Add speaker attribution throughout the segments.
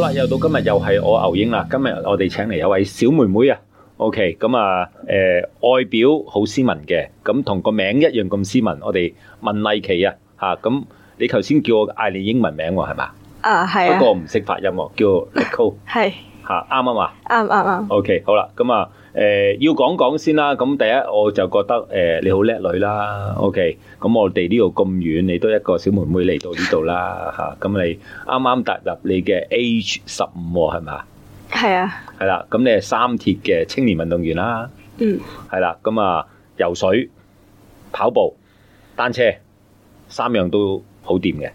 Speaker 1: 啦，又到今日又係我牛英啦。今日我哋請嚟有位小妹妹啊。OK，咁啊，誒、外表好斯文嘅，咁同個名一樣咁斯文。我哋文麗琪啊，嚇、咁你頭先叫我嗌你英文名喎，係嘛？
Speaker 2: 啊，係
Speaker 1: 不
Speaker 2: 啊
Speaker 1: 過，我唔識發音喎，叫 Nico
Speaker 2: 係
Speaker 1: 嚇，啱啊嘛。
Speaker 2: 啱啱啱，
Speaker 1: OK，好啦，咁啊，誒、要講講先啦。咁第一，我就覺得誒、你好叻女啦。OK，咁我哋呢度咁遠，你都一個小妹妹嚟到呢度啦嚇。咁、你啱啱踏入你嘅 age 十五喎，係咪啊？
Speaker 2: 係啊，
Speaker 1: 係啦， 咁你係三鐵嘅青年運動員啦，
Speaker 2: 嗯，
Speaker 1: 係啦，咁啊游水、跑步、單車三樣都好掂嘅。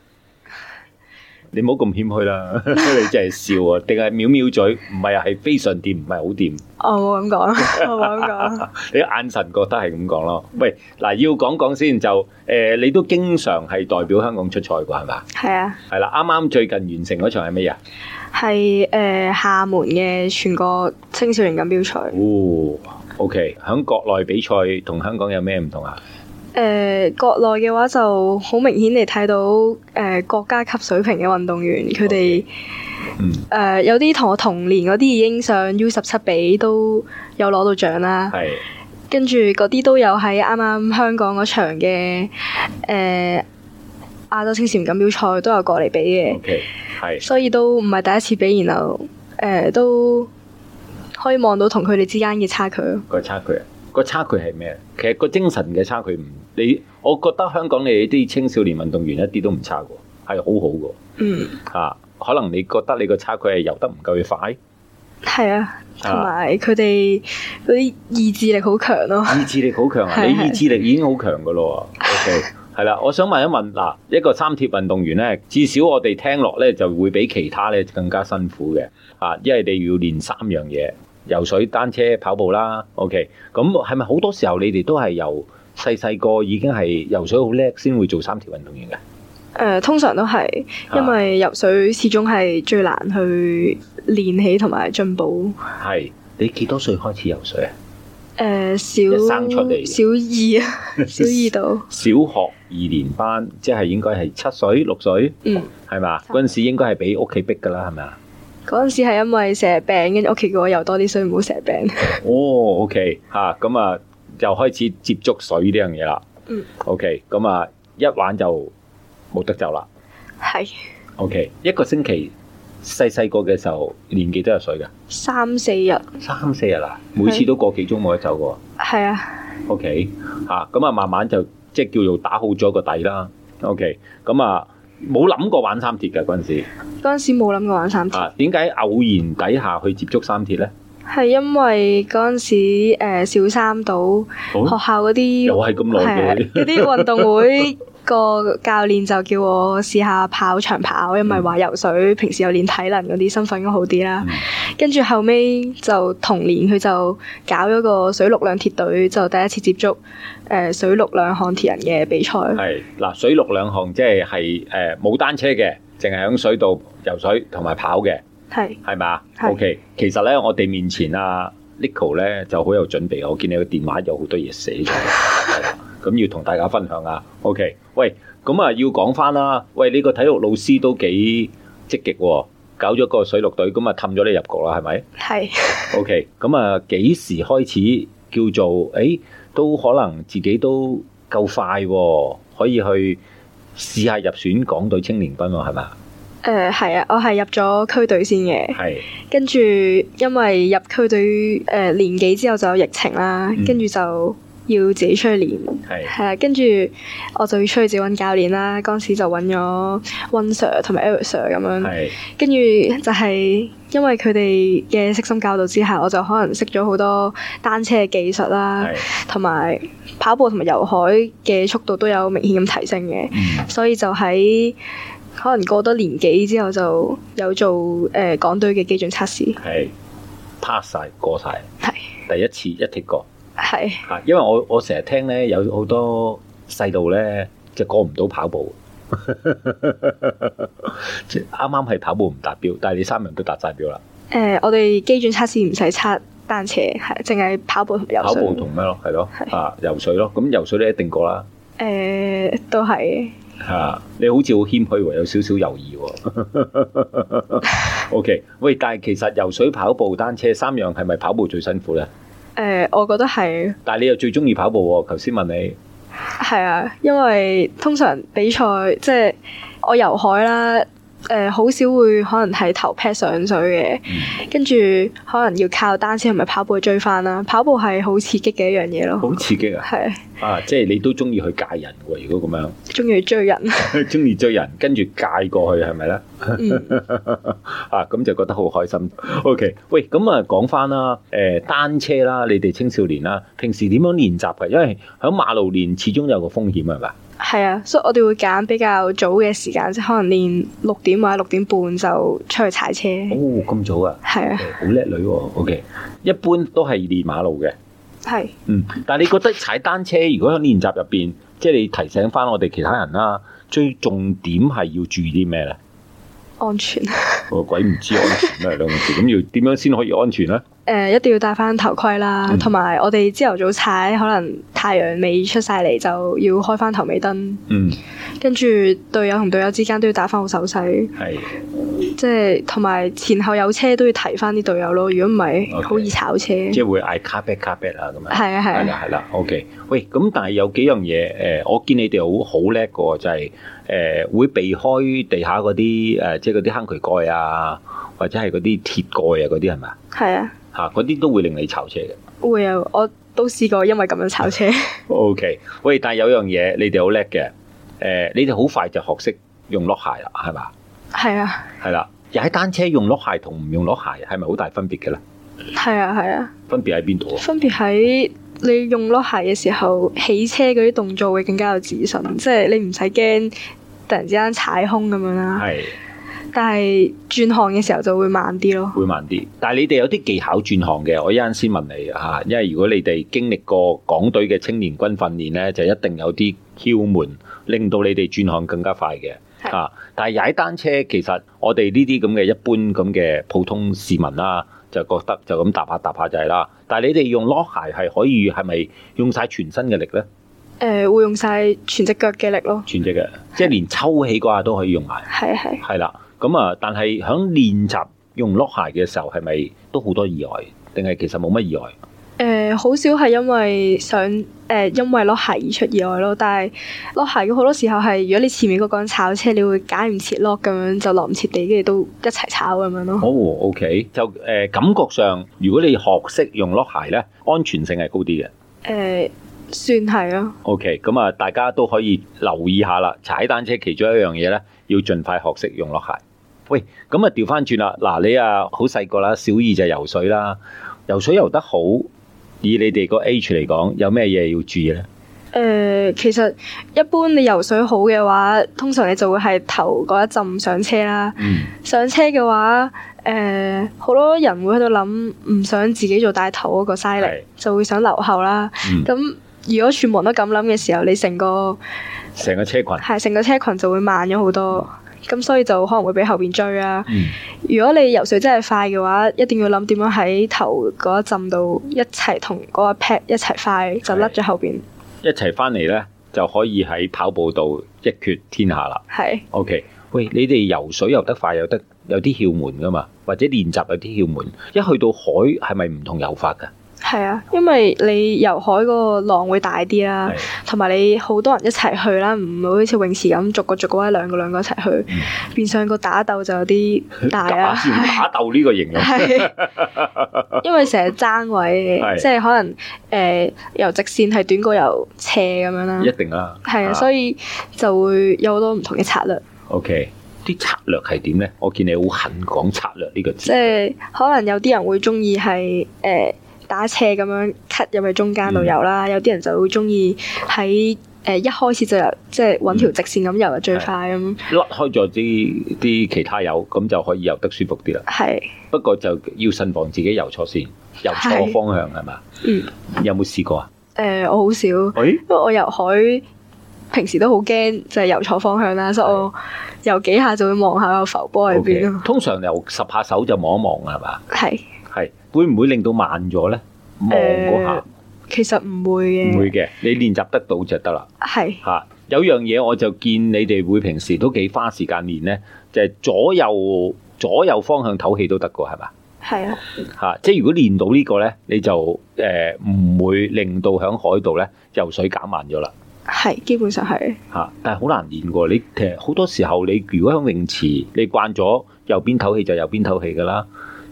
Speaker 1: 你唔好咁謙虛啦，你真係笑啊！定係藐藐嘴？唔係啊，係非常掂，唔係好掂。
Speaker 2: 我冇咁講， 我冇咁講，
Speaker 1: 你眼神覺得係咁講咯。喂，嗱，要講講先就誒、你都經常係代表香港出賽啩，係嘛？
Speaker 2: 係啊，
Speaker 1: 係啦，啱啱最近完成嗰場係乜嘢啊？
Speaker 2: 係誒廈門嘅全國青少年錦標賽，
Speaker 1: 哦，OK，喺國內比賽同香港有咩唔同啊？
Speaker 2: 誒呃國內嘅話就好明顯地睇到誒國家級水平嘅運動員，佢哋
Speaker 1: 嗯，
Speaker 2: 誒有啲同我同年嗰啲已經上 U 十七比都有攞到獎啦，
Speaker 1: 係
Speaker 2: 跟住嗰啲都有喺啱啱香港嗰場嘅誒亞洲青少年錦標賽都有過嚟比嘅。
Speaker 1: OK，係
Speaker 2: 所以都唔係第一次比，然後誒、呃都可以望到同佢哋之間嘅差距咯。
Speaker 1: 個差距啊。個差距係咩？其實個精神嘅差距唔，你我覺得香港你哋啲青少年運動員一啲都唔差喎，係好好嘅
Speaker 2: 嗯，
Speaker 1: 喎啊。可能你覺得你個差距係游得唔夠快，
Speaker 2: 係啊，同
Speaker 1: 啊
Speaker 2: 埋佢哋嗰啲意志力好強咯。
Speaker 1: 意志力好強啊！
Speaker 2: 係
Speaker 1: 你
Speaker 2: 係
Speaker 1: 意志力已經好強噶咯喎。OK，係啦，我想問一問嗱，一個三鐵運動員咧，至少我哋聽落咧就會比其他咧更加辛苦嘅啊，因為你要練三樣嘢：游水、單車、跑步啦。OK，咁係咪好多時候你哋都係由細細個已經係游水好叻先會做三鐵運動員嘅？
Speaker 2: 誒、通常都係因為游水始終係最難去練起同埋進步。
Speaker 1: 係你幾多歲開始游水啊？
Speaker 2: 誒、小
Speaker 1: 一生出嚟
Speaker 2: 小二啊，小二度，
Speaker 1: 小學二年班，即係應該係七歲、六歲
Speaker 2: 嗯，
Speaker 1: 係嘛？嗰陣時應該係俾屋企逼㗎啦，係咪啊？
Speaker 2: 嗰陣時係因為成日病，跟住屋企叫我游多啲水，唔好成日病。
Speaker 1: 哦，OK，嚇、咁啊，就開始接觸水呢樣嘢啦。
Speaker 2: 嗯。
Speaker 1: OK，咁啊，一玩就冇得走啦。
Speaker 2: 係
Speaker 1: OK，一個星期細細個嘅時候練幾多日水㗎？
Speaker 2: 三四日，
Speaker 1: 三四日啦，每次都個幾鐘冇得走嘅喎。
Speaker 2: 係啊，
Speaker 1: OK，嚇、咁啊，慢慢就即係叫做打好咗個底啦。OK，咁啊，冇諗過玩三鐵嘅嗰陣時
Speaker 2: 嗰陣時冇諗過玩三鐵。
Speaker 1: 啊，點解偶然底下去接觸三鐵咧？
Speaker 2: 係因為嗰陣時、呃、小三到
Speaker 1: 好
Speaker 2: 學校嗰
Speaker 1: 又係
Speaker 2: 啲
Speaker 1: 哦咁
Speaker 2: 哦係
Speaker 1: 耐
Speaker 2: 啊
Speaker 1: 嘅，
Speaker 2: 嗰啲運動會個教練就叫我試下跑長跑，因為話游水平時有練體能嗰啲身份應該好啲啦
Speaker 1: 嗯。
Speaker 2: 跟住後尾就同年佢就搞咗個水陸兩鐵隊，就第一次接觸誒、呃水陸兩項鐵人嘅比賽。
Speaker 1: 係嗱，水陸兩項即係係誒冇單車嘅，淨係喺水度游水同埋跑嘅，
Speaker 2: 係
Speaker 1: 係咪啊
Speaker 2: 係
Speaker 1: ？OK，其實咧我哋面前啊 Nico 咧就好有準備，我見你個電話有好多嘢寫咗，係啦咁要同大家分享啊。OK，喂，咁啊要講翻啦，喂你個體育老師都幾積極喎，搞咗個水陸隊，咁啊氹咗你入局啦，係咪？
Speaker 2: 係
Speaker 1: OK，咁啊，幾時開始叫做誒、欸都可能自己都夠快喎、可以去試下入選港隊青年軍喎、係嘛？
Speaker 2: 誒係啊，我係入咗區隊先嘅。
Speaker 1: 係
Speaker 2: 跟住因為入區隊誒、呃年幾之後就有疫情啦
Speaker 1: 嗯，
Speaker 2: 跟住、就要自己出去練，
Speaker 1: 係
Speaker 2: 係啦，跟住我就要出去自己揾教練啦。嗰陣時就揾咗温 Sir 同埋 Eric Sir 咁樣，
Speaker 1: 係
Speaker 2: 跟住就係因為佢哋嘅悉心教導之下，我就可能識咗好多單車嘅技術啦，
Speaker 1: 係，
Speaker 2: 同埋跑步同埋游海嘅速度都有明顯咁提升嘅。
Speaker 1: 嗯
Speaker 2: 所以就喺可能過多年幾之後就有做誒、呃港隊嘅基準測試，
Speaker 1: 係 pass 晒過晒，
Speaker 2: 係
Speaker 1: 第一次一剔過
Speaker 2: 係
Speaker 1: 嚇，因為我我成日聽咧有好多細路咧就過唔到跑步。 即係啱啱係跑步唔達標，但係你三樣都達晒標啦。
Speaker 2: 誒我哋基準測試唔使測單車，係淨係跑步同游
Speaker 1: 跑
Speaker 2: 水。
Speaker 1: 步同咩咯？係咯，
Speaker 2: 係
Speaker 1: 啊游水咯。咁游水你一定過啦。
Speaker 2: 誒、都係
Speaker 1: 嚇、啊你好似好謙虛喎，有少少猶豫喎。OK，喂，但係其實游水、跑步、單車三樣係咪跑步最辛苦呢？
Speaker 2: 誒、我覺得係
Speaker 1: 但係你又最中意跑步喎、頭先問你
Speaker 2: 係啊，因為通常比賽即係我游海啦，誒、好少會可能係頭劈上水嘅，跟住可能要靠單車同埋跑步追翻啦。跑步係好刺激嘅一樣嘢咯，
Speaker 1: 好刺激啊！
Speaker 2: 係
Speaker 1: 啊，即係你都中意去戒人喎？如果 咁
Speaker 2: 中意追人，
Speaker 1: 樣，中意追人，跟住戒過去係咪呢？
Speaker 2: 嗯，
Speaker 1: 啊，咁就覺得好開心。OK，喂，咁啊講翻啦，誒、單車啦，你哋青少年啦，平時點樣練習嘅？因為喺馬路練始終有個風險係咪？
Speaker 2: 係啊，所以我哋會揀比較早嘅時間，即係可能練六點或者六點半就出去踩車，
Speaker 1: 哦，咁早 啊！
Speaker 2: 係啊，
Speaker 1: 誒好叻女喎、o k 一般都係練馬路嘅，
Speaker 2: 係。
Speaker 1: 嗯，但係你覺得踩單車如果喺練習入邊，即係你提醒翻我哋其他人啦，最重點係要注意啲咩咧？
Speaker 2: 安全。 誒、
Speaker 1: 我鬼唔知安全咩兩個字，咁要 點樣先可以安全咧？
Speaker 2: 一定要戴翻頭盔啦
Speaker 1: 嗯，
Speaker 2: 同埋、我哋朝頭早踩，可能太陽未出晒嚟，就要開翻頭尾燈，
Speaker 1: 嗯，
Speaker 2: 跟住隊友同隊友之間都要打翻好手勢，
Speaker 1: 係
Speaker 2: 即係同埋前後有車都要提翻啲隊友咯，如果唔係
Speaker 1: OK
Speaker 2: 好易炒車。
Speaker 1: 即係會嗌卡 back 卡 back 啊咁樣。
Speaker 2: 係啊
Speaker 1: 嗯係
Speaker 2: 係啊，
Speaker 1: 啦，係啦，OK。喂，咁但係有幾樣嘢，誒、我見你哋好好叻嘅喎，就係、誒、會避開地下嗰啲誒，即係嗰啲坑渠蓋啊，或者係嗰啲鐵蓋啊嗰啲係咪啊？
Speaker 2: 係啊，
Speaker 1: 嚇，嗰啲都會令你炒車嘅。
Speaker 2: 會啊，我都試過因為咁樣炒車。
Speaker 1: O、k 喂，但係有樣嘢你哋好叻嘅，誒、你哋好快就學識用碌鞋啦，係嘛？
Speaker 2: 係啊，
Speaker 1: 係啦，踩單車用碌鞋同唔用碌鞋係咪好大分別嘅咧？
Speaker 2: 係啊，係啊，
Speaker 1: 分別喺邊度啊？
Speaker 2: 分別喺。你用攞鞋嘅時候，起車嗰啲動作會更加有自信，即係你唔使驚突然之間踩空咁樣啦。
Speaker 1: 係
Speaker 2: 但係轉行嘅時候就會慢啲咯。
Speaker 1: 會慢啲，但係你哋有啲技巧轉行嘅，我一陣先問你嚇、啊因為如果你哋經歷過港隊嘅青年軍訓練呢，就一定有啲竅門，令到你哋轉行更加快嘅。
Speaker 2: 係
Speaker 1: 啊！但係踩單車其實我哋呢啲咁嘅一般咁嘅普通市民啦、就覺得就咁踏下踏下就係啦。但係你哋用 lock 鞋係可以係咪用晒全身嘅力呢？
Speaker 2: 誒、會用晒全隻腳嘅力咯。
Speaker 1: 全隻嘅，即係連抽起嗰下都可以用埋。
Speaker 2: 係係
Speaker 1: 係啦，咁啊，但係喺練習用 lock 鞋嘅時候，係咪都好多意外？定係其實冇乜意外？
Speaker 2: 誒，好、少係因為想誒、因為攞鞋而出意外咯。但係攞鞋嘅好多時候係，如果你前面嗰個人炒車，你會解唔切落咁樣，就落唔切地，跟住都一齊炒咁樣咯。
Speaker 1: 哦，OK，就誒、呃感覺上，如果你學識用 lock 鞋咧，安全性係高啲嘅。
Speaker 2: 誒、算係咯。
Speaker 1: OK，咁啊，大家都可以留意下啦。踩單車其中一樣嘢咧，要盡快學識用 lock 鞋。喂，咁啊調翻轉啦，嗱你啊好細個啦，小二就游水啦，游水游得好，以你哋個 age 嚟講，有咩嘢要注意咧？
Speaker 2: 誒、呃其實一般你游水好嘅話，通常你就會係頭嗰一浸上車啦。
Speaker 1: 嗯，
Speaker 2: 上車嘅話，誒、好多人會喺度諗，唔想自己做帶頭嗰個嘥
Speaker 1: 係
Speaker 2: 力，就會想留後啦。
Speaker 1: 嗯
Speaker 2: 咁、如果全部人都咁諗嘅時候，你成個
Speaker 1: 成個車群，
Speaker 2: 係成個車群就會慢咗好多，咁所以就可能會俾後邊追啦。
Speaker 1: 嗯，
Speaker 2: 如果你游水真係快嘅話，一定要諗點樣喺頭嗰一浸度一齊同嗰個 pad 一齊快，就甩咗後邊。
Speaker 1: 一齊翻嚟咧，就可以喺跑步度一決天下啦。
Speaker 2: 係
Speaker 1: OK，喂，你哋游水游得快，有得有啲竅門噶嘛？或者練習有啲竅門，一去到海係咪唔同游法噶？
Speaker 2: 係啊，因為你游海嗰個浪會大啲啦。
Speaker 1: 係
Speaker 2: 同埋你好多人一齊去啦，唔會好似泳池咁逐個逐個一兩個兩個一齊去，
Speaker 1: 嗯
Speaker 2: 變相個打鬥就有啲大 啊
Speaker 1: 打
Speaker 2: 啦。
Speaker 1: 字打鬥呢個形容，
Speaker 2: 係，因為成日爭位
Speaker 1: 係
Speaker 2: 嘅，即係可能誒、呃由直線係短過由斜咁樣啦
Speaker 1: 一，定啦。
Speaker 2: 係啊，所
Speaker 1: 以
Speaker 2: 以就會有好多唔同嘅策略，
Speaker 1: OK，啲策略係點咧？我見你好肯講策略呢個字
Speaker 2: 即。係可能有啲人會中意係誒打斜咁樣 cut 入去中間度
Speaker 1: 嗯
Speaker 2: 游啦，有啲人就會中意喺誒一開始就游，即係揾條直線咁游就最
Speaker 1: 係
Speaker 2: 快咁，
Speaker 1: 甩開咗啲啲其他友，咁就可以游得舒服啲啦。
Speaker 2: 係
Speaker 1: 不過就要慎防自己游錯線，游錯
Speaker 2: 係
Speaker 1: 方向係嘛？
Speaker 2: 嗯。
Speaker 1: 有冇試過啊？哎
Speaker 2: 誒、呃我好少，因
Speaker 1: 誒，
Speaker 2: 為我游海平時都好驚，就係、游錯方向啦，所以我游幾下就會望下個浮波喺邊咯。
Speaker 1: 通常游十下手就望一望係嘛？
Speaker 2: 係
Speaker 1: 係會唔會令到慢咗咧？望嗰下
Speaker 2: 誒，其其實唔會
Speaker 1: 唔會
Speaker 2: 嘅，
Speaker 1: 嘅，你練習得到就得啦
Speaker 2: 係
Speaker 1: 嚇。啊有樣嘢我就見你哋會平時都幾花時間練呢，就係、左右左右方向唞氣都得嘅，係嘛
Speaker 2: 係啊，
Speaker 1: 嚇？即係如果練到呢個呢，你就誒呃唔、會令到喺海度呢游水減慢咗啦。
Speaker 2: 係基本上係
Speaker 1: 嚇、但係好難練喎。你其實好多時候，你如果喺泳池，你慣咗右邊唞氣就右邊唞氣㗎啦，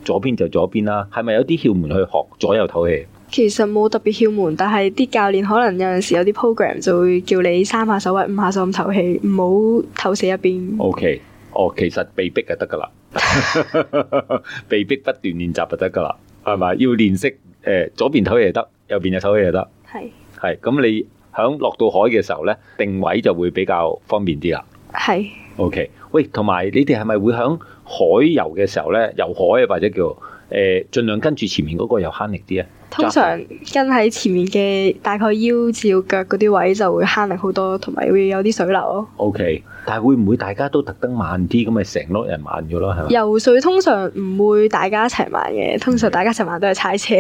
Speaker 1: 左邊就左邊啦。係咪有啲竅門去學左右唞氣？
Speaker 2: 其實冇特別竅門，但係啲教練可能有陣時有啲 program 就會叫你三下手或五下手咁唞氣，唔好唞死一邊。
Speaker 1: O K，哦，其實被逼就得噶啦， 被逼不斷練習就得噶啦，係咪？要練識誒、呃左邊唞氣就得，右邊嘅唞氣就得，
Speaker 2: 係
Speaker 1: 係咁你響落到海嘅時候咧，定位就會比較方便啲啦。
Speaker 2: 係
Speaker 1: O、k 喂，同埋你哋係咪會響海遊嘅時候咧，遊海啊或者叫誒、呃，盡量跟住前面嗰個又慳力啲啊？
Speaker 2: 通常跟喺前面嘅大概腰至到腳嗰啲位就會慳力好多，同埋會有啲水流咯。
Speaker 1: O、k 但係會唔會大家都特登慢啲，咁咪成碌人慢咗咯？係咪？
Speaker 2: 游水通常唔會大家一齊玩嘅，通常大家一齊玩都係踩車，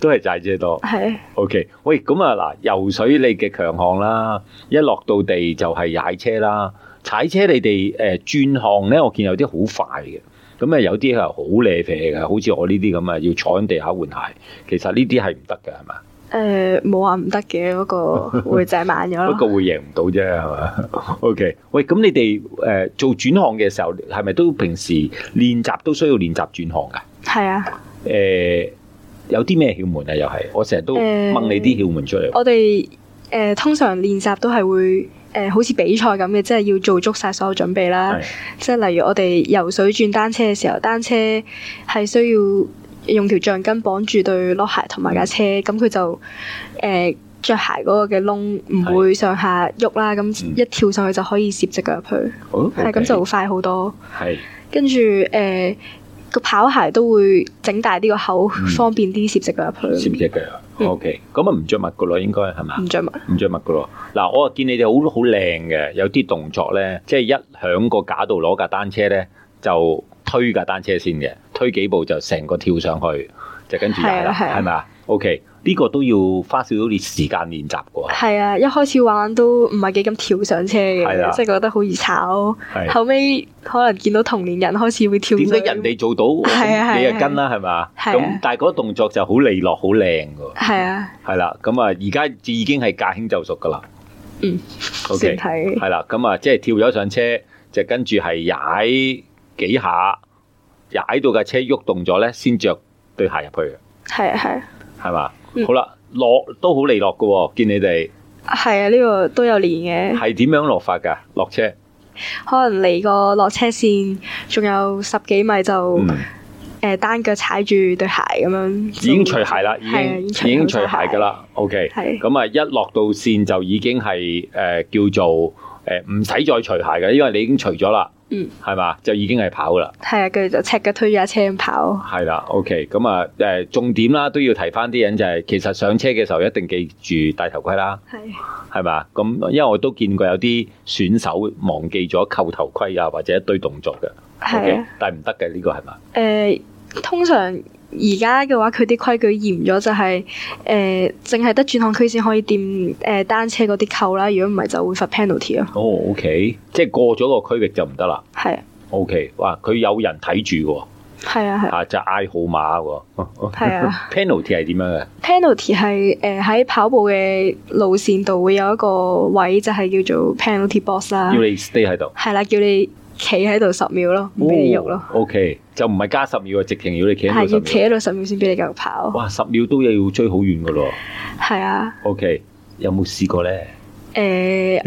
Speaker 1: 都係債姐多。
Speaker 2: 係
Speaker 1: O K，喂，咁啊嗱，游水你嘅強項啦，一落到地就係踩車啦，踩車你哋誒、呃、轉項咧，我見有啲好快嘅，咁啊有啲係好瀨啡嘅，好似我呢啲咁啊，要坐喺地下換鞋，其實呢啲係唔得嘅，係嘛？
Speaker 2: 誒冇話唔得嘅，不過會就係慢咗
Speaker 1: 不
Speaker 2: 咯。
Speaker 1: 過會贏唔到啫，係 嘛？O K，喂，咁你哋誒、呃做轉項嘅時候，係咪都平時練習都需要練習轉項㗎？
Speaker 2: 係啊，
Speaker 1: 誒、有啲咩竅門啊？又係，我成日都
Speaker 2: 誒
Speaker 1: 掹你啲竅門出嚟。
Speaker 2: 我哋誒、呃通常練習都係會誒、呃好似比賽咁嘅，即係要做足晒所有準備啦
Speaker 1: 係。
Speaker 2: 即係例如我哋游水轉單車嘅時候，單車係需要用條橡筋綁住對攞鞋同埋架車，咁佢就誒著鞋嗰個嘅窿唔會上下喐啦，咁
Speaker 1: 嗯
Speaker 2: 一跳上去就可以攝只腳入去，
Speaker 1: 哦
Speaker 2: 係咁
Speaker 1: OK，
Speaker 2: 就會快好多。
Speaker 1: 係。
Speaker 2: 跟住誒個跑鞋都會整大啲個口
Speaker 1: 嗯，
Speaker 2: 方便啲攝隻腳入
Speaker 1: 攝
Speaker 2: 去，
Speaker 1: 隻腳啊
Speaker 2: 嗯
Speaker 1: ，OK，咁啊唔着襪噶咯，應該係嘛？
Speaker 2: 唔着襪。
Speaker 1: 唔着襪噶咯。嗱，我啊見你哋好好靚嘅，有啲動作咧，即係一響個架度攞架單車咧，就推架單車先嘅，推幾步就成個跳上去，就跟住踩啦，
Speaker 2: 係啊係啊
Speaker 1: 係咪啊？OK，呢個都要花少少啲時間練習嘅喎，
Speaker 2: 係啊，一開始玩都唔係幾敢跳上車
Speaker 1: 係啊
Speaker 2: 嘅，即係覺得好易炒。
Speaker 1: 係。
Speaker 2: 後尾可能見到同年人開始會跳上
Speaker 1: 點
Speaker 2: 去。
Speaker 1: 解人哋做到，
Speaker 2: 係啊係啊
Speaker 1: 你就跟啦，係嘛？
Speaker 2: 係啊
Speaker 1: 咁但係嗰個動作就好利落，好靚嘅喎，
Speaker 2: 係啊？
Speaker 1: 係啦。咁啊，而家已經係駕輕就熟噶啦。
Speaker 2: 嗯
Speaker 1: ，OK
Speaker 2: 算。係
Speaker 1: 係啦，咁啊，即係跳咗上車，就跟住係踩幾下，踩到架車喐動咗咧，先着對鞋入去嘅，
Speaker 2: 係啊係啊
Speaker 1: 係嘛？
Speaker 2: 嗯
Speaker 1: 好啦，落都好利落嘅喎，見你哋
Speaker 2: 係啊！呢個都有練嘅，
Speaker 1: 係點樣落法㗎？落車，
Speaker 2: 可能離個落車線仲有十幾米就
Speaker 1: 嗯，
Speaker 2: 誒單腳踩住對鞋咁樣。
Speaker 1: 已經除鞋啦，已
Speaker 2: 係啊
Speaker 1: 經已
Speaker 2: 已
Speaker 1: 經
Speaker 2: 經
Speaker 1: 除
Speaker 2: 除
Speaker 1: 鞋
Speaker 2: 咗
Speaker 1: 㗎啦，OK。
Speaker 2: 係
Speaker 1: 咁啊，一落到線就已經係誒、呃叫做誒唔使再除鞋嘅，因為你已經除咗啦，
Speaker 2: 嗯，
Speaker 1: 係嘛？就已經係跑㗎啦。
Speaker 2: 係啊，跟住就赤腳推住架車咁跑。
Speaker 1: 係啦，OK，咁啊，誒重點啦，都要提翻啲人就係、其實上車嘅時候一定記住戴頭盔啦，
Speaker 2: 係
Speaker 1: 係咪啊？咁因為我都見過有啲選手忘記咗扣頭盔啊，或者一堆動作嘅
Speaker 2: 係
Speaker 1: ，OK，
Speaker 2: 啊
Speaker 1: 但係唔得嘅呢個係咪？啊
Speaker 2: 誒，通常而家嘅話，佢啲規矩嚴咗，就係誒淨係得轉項區先可以掂誒單車嗰啲扣啦。如果唔係就會罰 penalty 咯。
Speaker 1: 哦，OK，即係過咗個區域就唔得啦。
Speaker 2: 係啊，
Speaker 1: OK，哇，佢有人睇住喎，
Speaker 2: 係啊，係啊
Speaker 1: 啊，就嗌號碼喎。
Speaker 2: 係啊。
Speaker 1: penalty 係點樣嘅？
Speaker 2: penalty 係誒喺跑步嘅路線度會有一個位，就係叫做 penalty box 啦
Speaker 1: 要。你 stay 喺度，
Speaker 2: 係啦，叫你企喺度十秒咯，唔俾你喐咯。
Speaker 1: O K，就唔係加十秒啊，直情要你哦企
Speaker 2: 係
Speaker 1: 喺
Speaker 2: 要
Speaker 1: 度十
Speaker 2: 企
Speaker 1: 秒。
Speaker 2: 喺度十秒先俾你繼續跑。
Speaker 1: 哇，十秒都要追好遠嘅咯。
Speaker 2: 係啊，
Speaker 1: O、k 有冇試過咧？
Speaker 2: 誒呃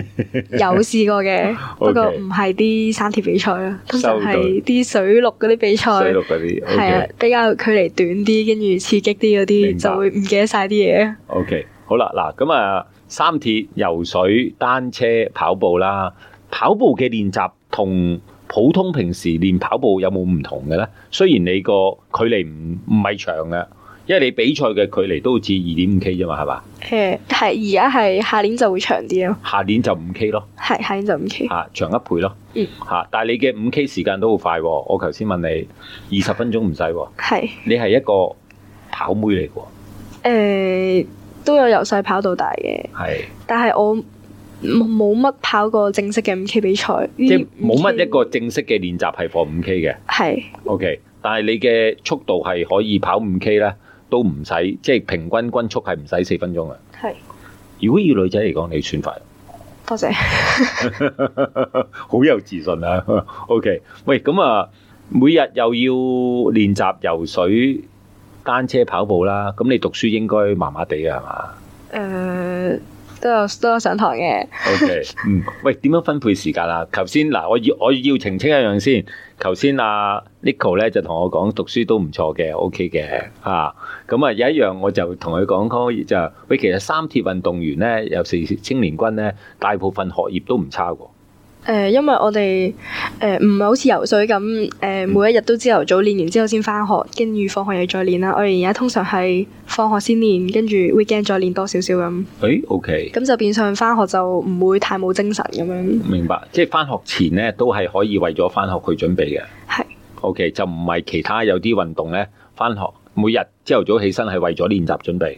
Speaker 2: 有試過嘅，不過
Speaker 1: OK
Speaker 2: 唔係啲山鐵比賽啦，通常
Speaker 1: 收到
Speaker 2: 係啲水陸嗰啲比賽，
Speaker 1: 水陸嗰啲
Speaker 2: 係啊
Speaker 1: ，OK，
Speaker 2: 比較距離短啲，跟住刺激
Speaker 1: 明白
Speaker 2: 啲嗰啲就會唔記得晒啲嘢。
Speaker 1: OK，好啦，嗱咁啊，三鐵、游水、單車、跑步啦，跑步嘅練習同普通平時練跑步有冇唔同嘅咧？雖然你個距離唔唔係長嘅，因為你比賽嘅距離都好似二點五 K 啫嘛，係嘛？
Speaker 2: 誒係而家係下年就會長啲咯，
Speaker 1: 下年就五 K 咯，
Speaker 2: 係下年就五 K，
Speaker 1: 嚇、長一倍咯，
Speaker 2: 嗯
Speaker 1: 嚇、但係你嘅五 K 時間都好快喎、我頭先問你二十分鐘唔使喎，
Speaker 2: 係
Speaker 1: 你係一個跑妹嚟嘅喎，
Speaker 2: 诶、都有由細跑到大嘅，
Speaker 1: 係
Speaker 2: 但係我冇冇乜跑過正式嘅五 K 比賽，
Speaker 1: 即
Speaker 2: 即
Speaker 1: 係冇乜一個正式嘅練習係放五 K 嘅。
Speaker 2: 係
Speaker 1: OK，但係你嘅速度係可以跑五 K 咧，都唔使即係平均均速係唔使四分鐘嘅。啊
Speaker 2: 係
Speaker 1: 如果以女仔嚟講，你算快。
Speaker 2: 多謝。
Speaker 1: 好有自信啊 ！OK，喂，咁啊，每日又要練習游水、單車、跑步啦。咁你讀書應該麻麻地啊，係嘛
Speaker 2: 誒、都有都有上堂嘅，
Speaker 1: ？OK，嗯，喂，點樣分配時間啊？頭先嗱，我要我要澄清一樣先。頭先啊 Nico 咧就同我講讀書都唔錯嘅，OK 嘅嚇。咁啊有一樣我就同佢講開就喂，其實三鐵運動員咧，尤其是青年軍咧，大部分學業都唔差喎。
Speaker 2: 誒、呃因為我哋誒唔係好似游水咁，誒、
Speaker 1: 嗯
Speaker 2: 每一日都朝頭早練完之後先返學，跟住放學又再練啦。我哋而家通常係放學先練，跟住 weekend 再練多少少咁，
Speaker 1: 誒，OK。
Speaker 2: 咁就變相返學就唔會太冇精神咁樣。
Speaker 1: 明白，即係翻學前咧都係可以為咗翻學去準備嘅。
Speaker 2: 係
Speaker 1: OK，就唔係其他有啲運動咧，翻學每日朝頭早起身係為咗練習準備，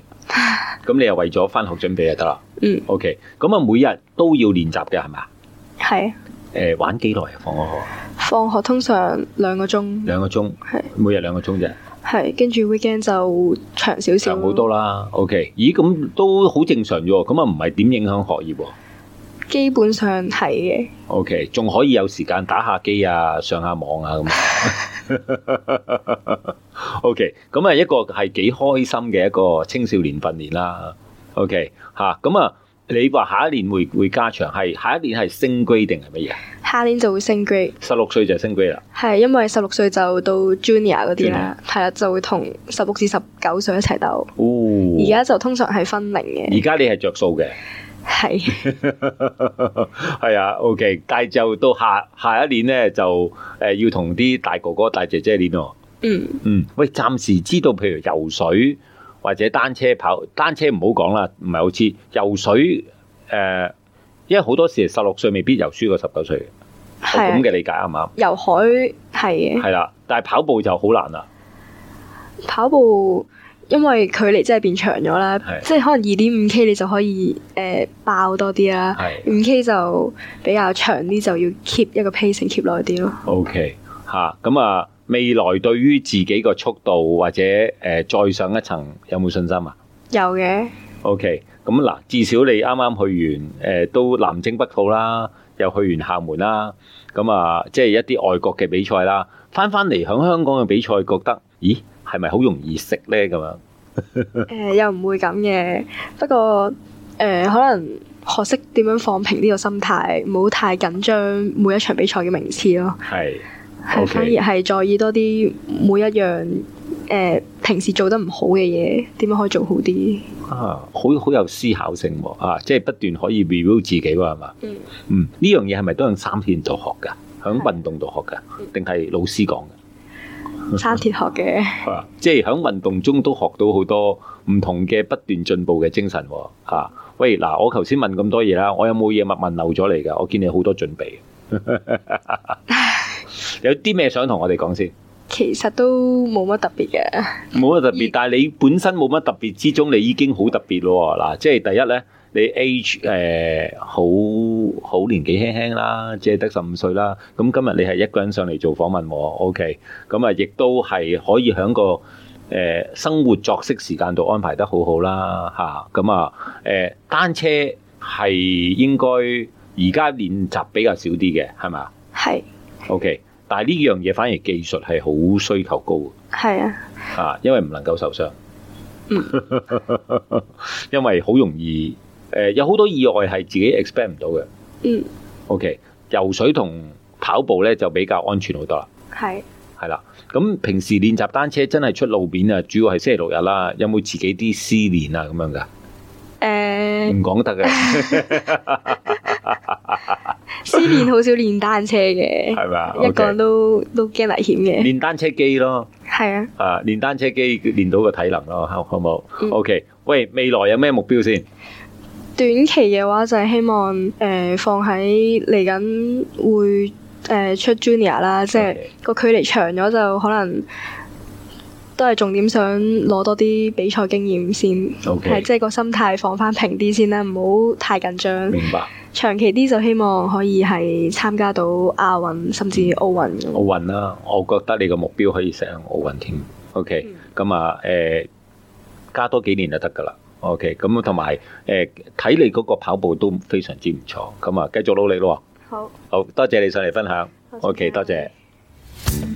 Speaker 1: 咁你又為咗翻學準備就得啦。
Speaker 2: 嗯
Speaker 1: ，OK，咁啊每日都要練習嘅係嘛？
Speaker 2: 係
Speaker 1: 誒、玩幾耐啊？放咗學
Speaker 2: 放學通常兩個鐘，
Speaker 1: 兩個鐘
Speaker 2: 係，
Speaker 1: 每日兩個鐘啫，
Speaker 2: 係跟住 weekend 就長少少，
Speaker 1: 長好多啦。OK，咦咁都好正常啫喎，咁啊唔係點影響學業喎
Speaker 2: 基本上係嘅。
Speaker 1: ？OK，仲可以有時間打下機啊，上下網啊咁。O.K. 咁啊，一個係幾開心嘅一個青少年訓練啦。O.K. 嚇、咁啊，你話下一年會會加長係下一年係升 grade 定係乜嘢？
Speaker 2: 下年就會升 grade。
Speaker 1: 十六歲就升 grade 啦。
Speaker 2: 係因為十六歲就到 junior 嗰啲啦，係啦，就會同十六至十九歲一齊鬥。
Speaker 1: 哦，
Speaker 2: 而家就通常係分齡嘅，
Speaker 1: 而家你係着數嘅，
Speaker 2: 係
Speaker 1: 係啊。O.K. 但係就到下下一年咧，就誒、呃要同啲大哥哥大姐姐練喎。
Speaker 2: 嗯
Speaker 1: 嗯，喂，暫時知道，譬如游水或者單車跑，單車唔好講啦，唔係好知游水誒、呃因為好多時十六歲未必游輸過十九歲嘅，我
Speaker 2: 係
Speaker 1: 哦
Speaker 2: 嗯
Speaker 1: 咁
Speaker 2: 啊
Speaker 1: 嘅理解啱唔啱？
Speaker 2: 遊海係嘅，
Speaker 1: 係啦，但係跑步就好難啦，
Speaker 2: 跑步因為距離真係變長咗啦
Speaker 1: 係，
Speaker 2: 即係可能二點五 K 你就可以誒爆多啲啦，
Speaker 1: 係
Speaker 2: 五 K 就比較長啲，就要 keep 一個 pacing keep 耐啲咯。
Speaker 1: OK 嚇、咁啊，未來對於自己個速度或者誒、呃再上一層有冇信心啊？
Speaker 2: 有嘅，
Speaker 1: OK，咁嗱，至少你啱啱去完，誒、呃都南征北討啦，又去完廈門啦，咁啊，即係一啲外國嘅比賽啦，翻翻嚟響香港嘅比賽，覺得，咦，係咪好容易食呢？咁樣嗯
Speaker 2: 誒呃又唔會咁嘅，不過誒可能學識點樣放平呢個心態，唔好太緊張每一場比賽嘅名次咯。
Speaker 1: 係
Speaker 2: 係
Speaker 1: OK
Speaker 2: 反而係在意多啲每一樣誒、呃平時做得唔好嘅嘢，點樣可以做好啲？
Speaker 1: 啊，好好有思考性喎，啊，即係不斷可以 review 自己喎，係嘛？
Speaker 2: 嗯，
Speaker 1: 嗯，呢樣嘢係咪都喺三線度學㗎？響
Speaker 2: 係
Speaker 1: 運動度學㗎，定係老師講㗎？
Speaker 2: 生鐵學嘅
Speaker 1: 啊即係喺運動中都學到好多唔同嘅不斷進步嘅精神喎、啊喂，嗱，我頭先問咁多嘢啦，我有冇嘢問問漏咗嚟㗎？我見你好多準備， 有啲咩想同我哋講先？
Speaker 2: 其實都冇乜特別嘅，
Speaker 1: 冇乜特別，但係你本身冇乜特別之中，你已經好特別咯喎。嗱，即係第一咧，你 age 誒、好好年紀輕輕啦，即係得十五歲啦。咁今日你係一個人上嚟做訪問喎，OK。咁啊，亦都係可以喺個誒、呃生活作息時間度安排得好好啦，嚇、咁啊誒、呃，單車係應該而家練習比較少啲嘅，係嘛
Speaker 2: 係
Speaker 1: ？OK。但係呢樣嘢反而技術係好需求高嘅
Speaker 2: 係啊，
Speaker 1: 啊，因為唔能夠受傷，
Speaker 2: 嗯
Speaker 1: 因為好容易誒、呃有好多意外係自己 expect 唔到嘅。
Speaker 2: 嗯
Speaker 1: OK，游水同跑步咧就比較安全好多啦，
Speaker 2: 係
Speaker 1: 係啦。咁平時練習單車真係出路面啊，主要係星期六日啦。有冇自己啲私練啊咁樣㗎？
Speaker 2: 誒呃
Speaker 1: 唔講 得嘅，
Speaker 2: 私練好少練單車嘅，
Speaker 1: 係咪啊
Speaker 2: 一個人
Speaker 1: ？OK，
Speaker 2: 都都驚危險嘅，
Speaker 1: 練單車機咯，
Speaker 2: 係啊。
Speaker 1: 啊，練單車機練到個體能咯，好好冇
Speaker 2: 嗯
Speaker 1: ？OK，喂，未來有咩目標先？
Speaker 2: 短期嘅話就係希望誒、呃放喺嚟緊會誒、呃出 junior 啦，即係
Speaker 1: Okay.
Speaker 2: 個距離長咗就可能。都係重點想攞多啲比賽經驗先，
Speaker 1: OK
Speaker 2: 係即係個心態放翻平啲先啦，唔好太緊張。
Speaker 1: 明白
Speaker 2: 長期啲就希望可以係參加到亞運甚至奧運咁。
Speaker 1: 奧運啦，我覺得你個目標可以 set 向奧運添。OK，
Speaker 2: 嗯
Speaker 1: 咁啊誒，加多幾年就得㗎啦。OK，咁同埋誒睇你嗰個跑步都非常之唔錯，咁啊繼續努力咯。
Speaker 2: 好，
Speaker 1: 好多謝你上嚟分享。
Speaker 2: 多謝
Speaker 1: OK，多謝。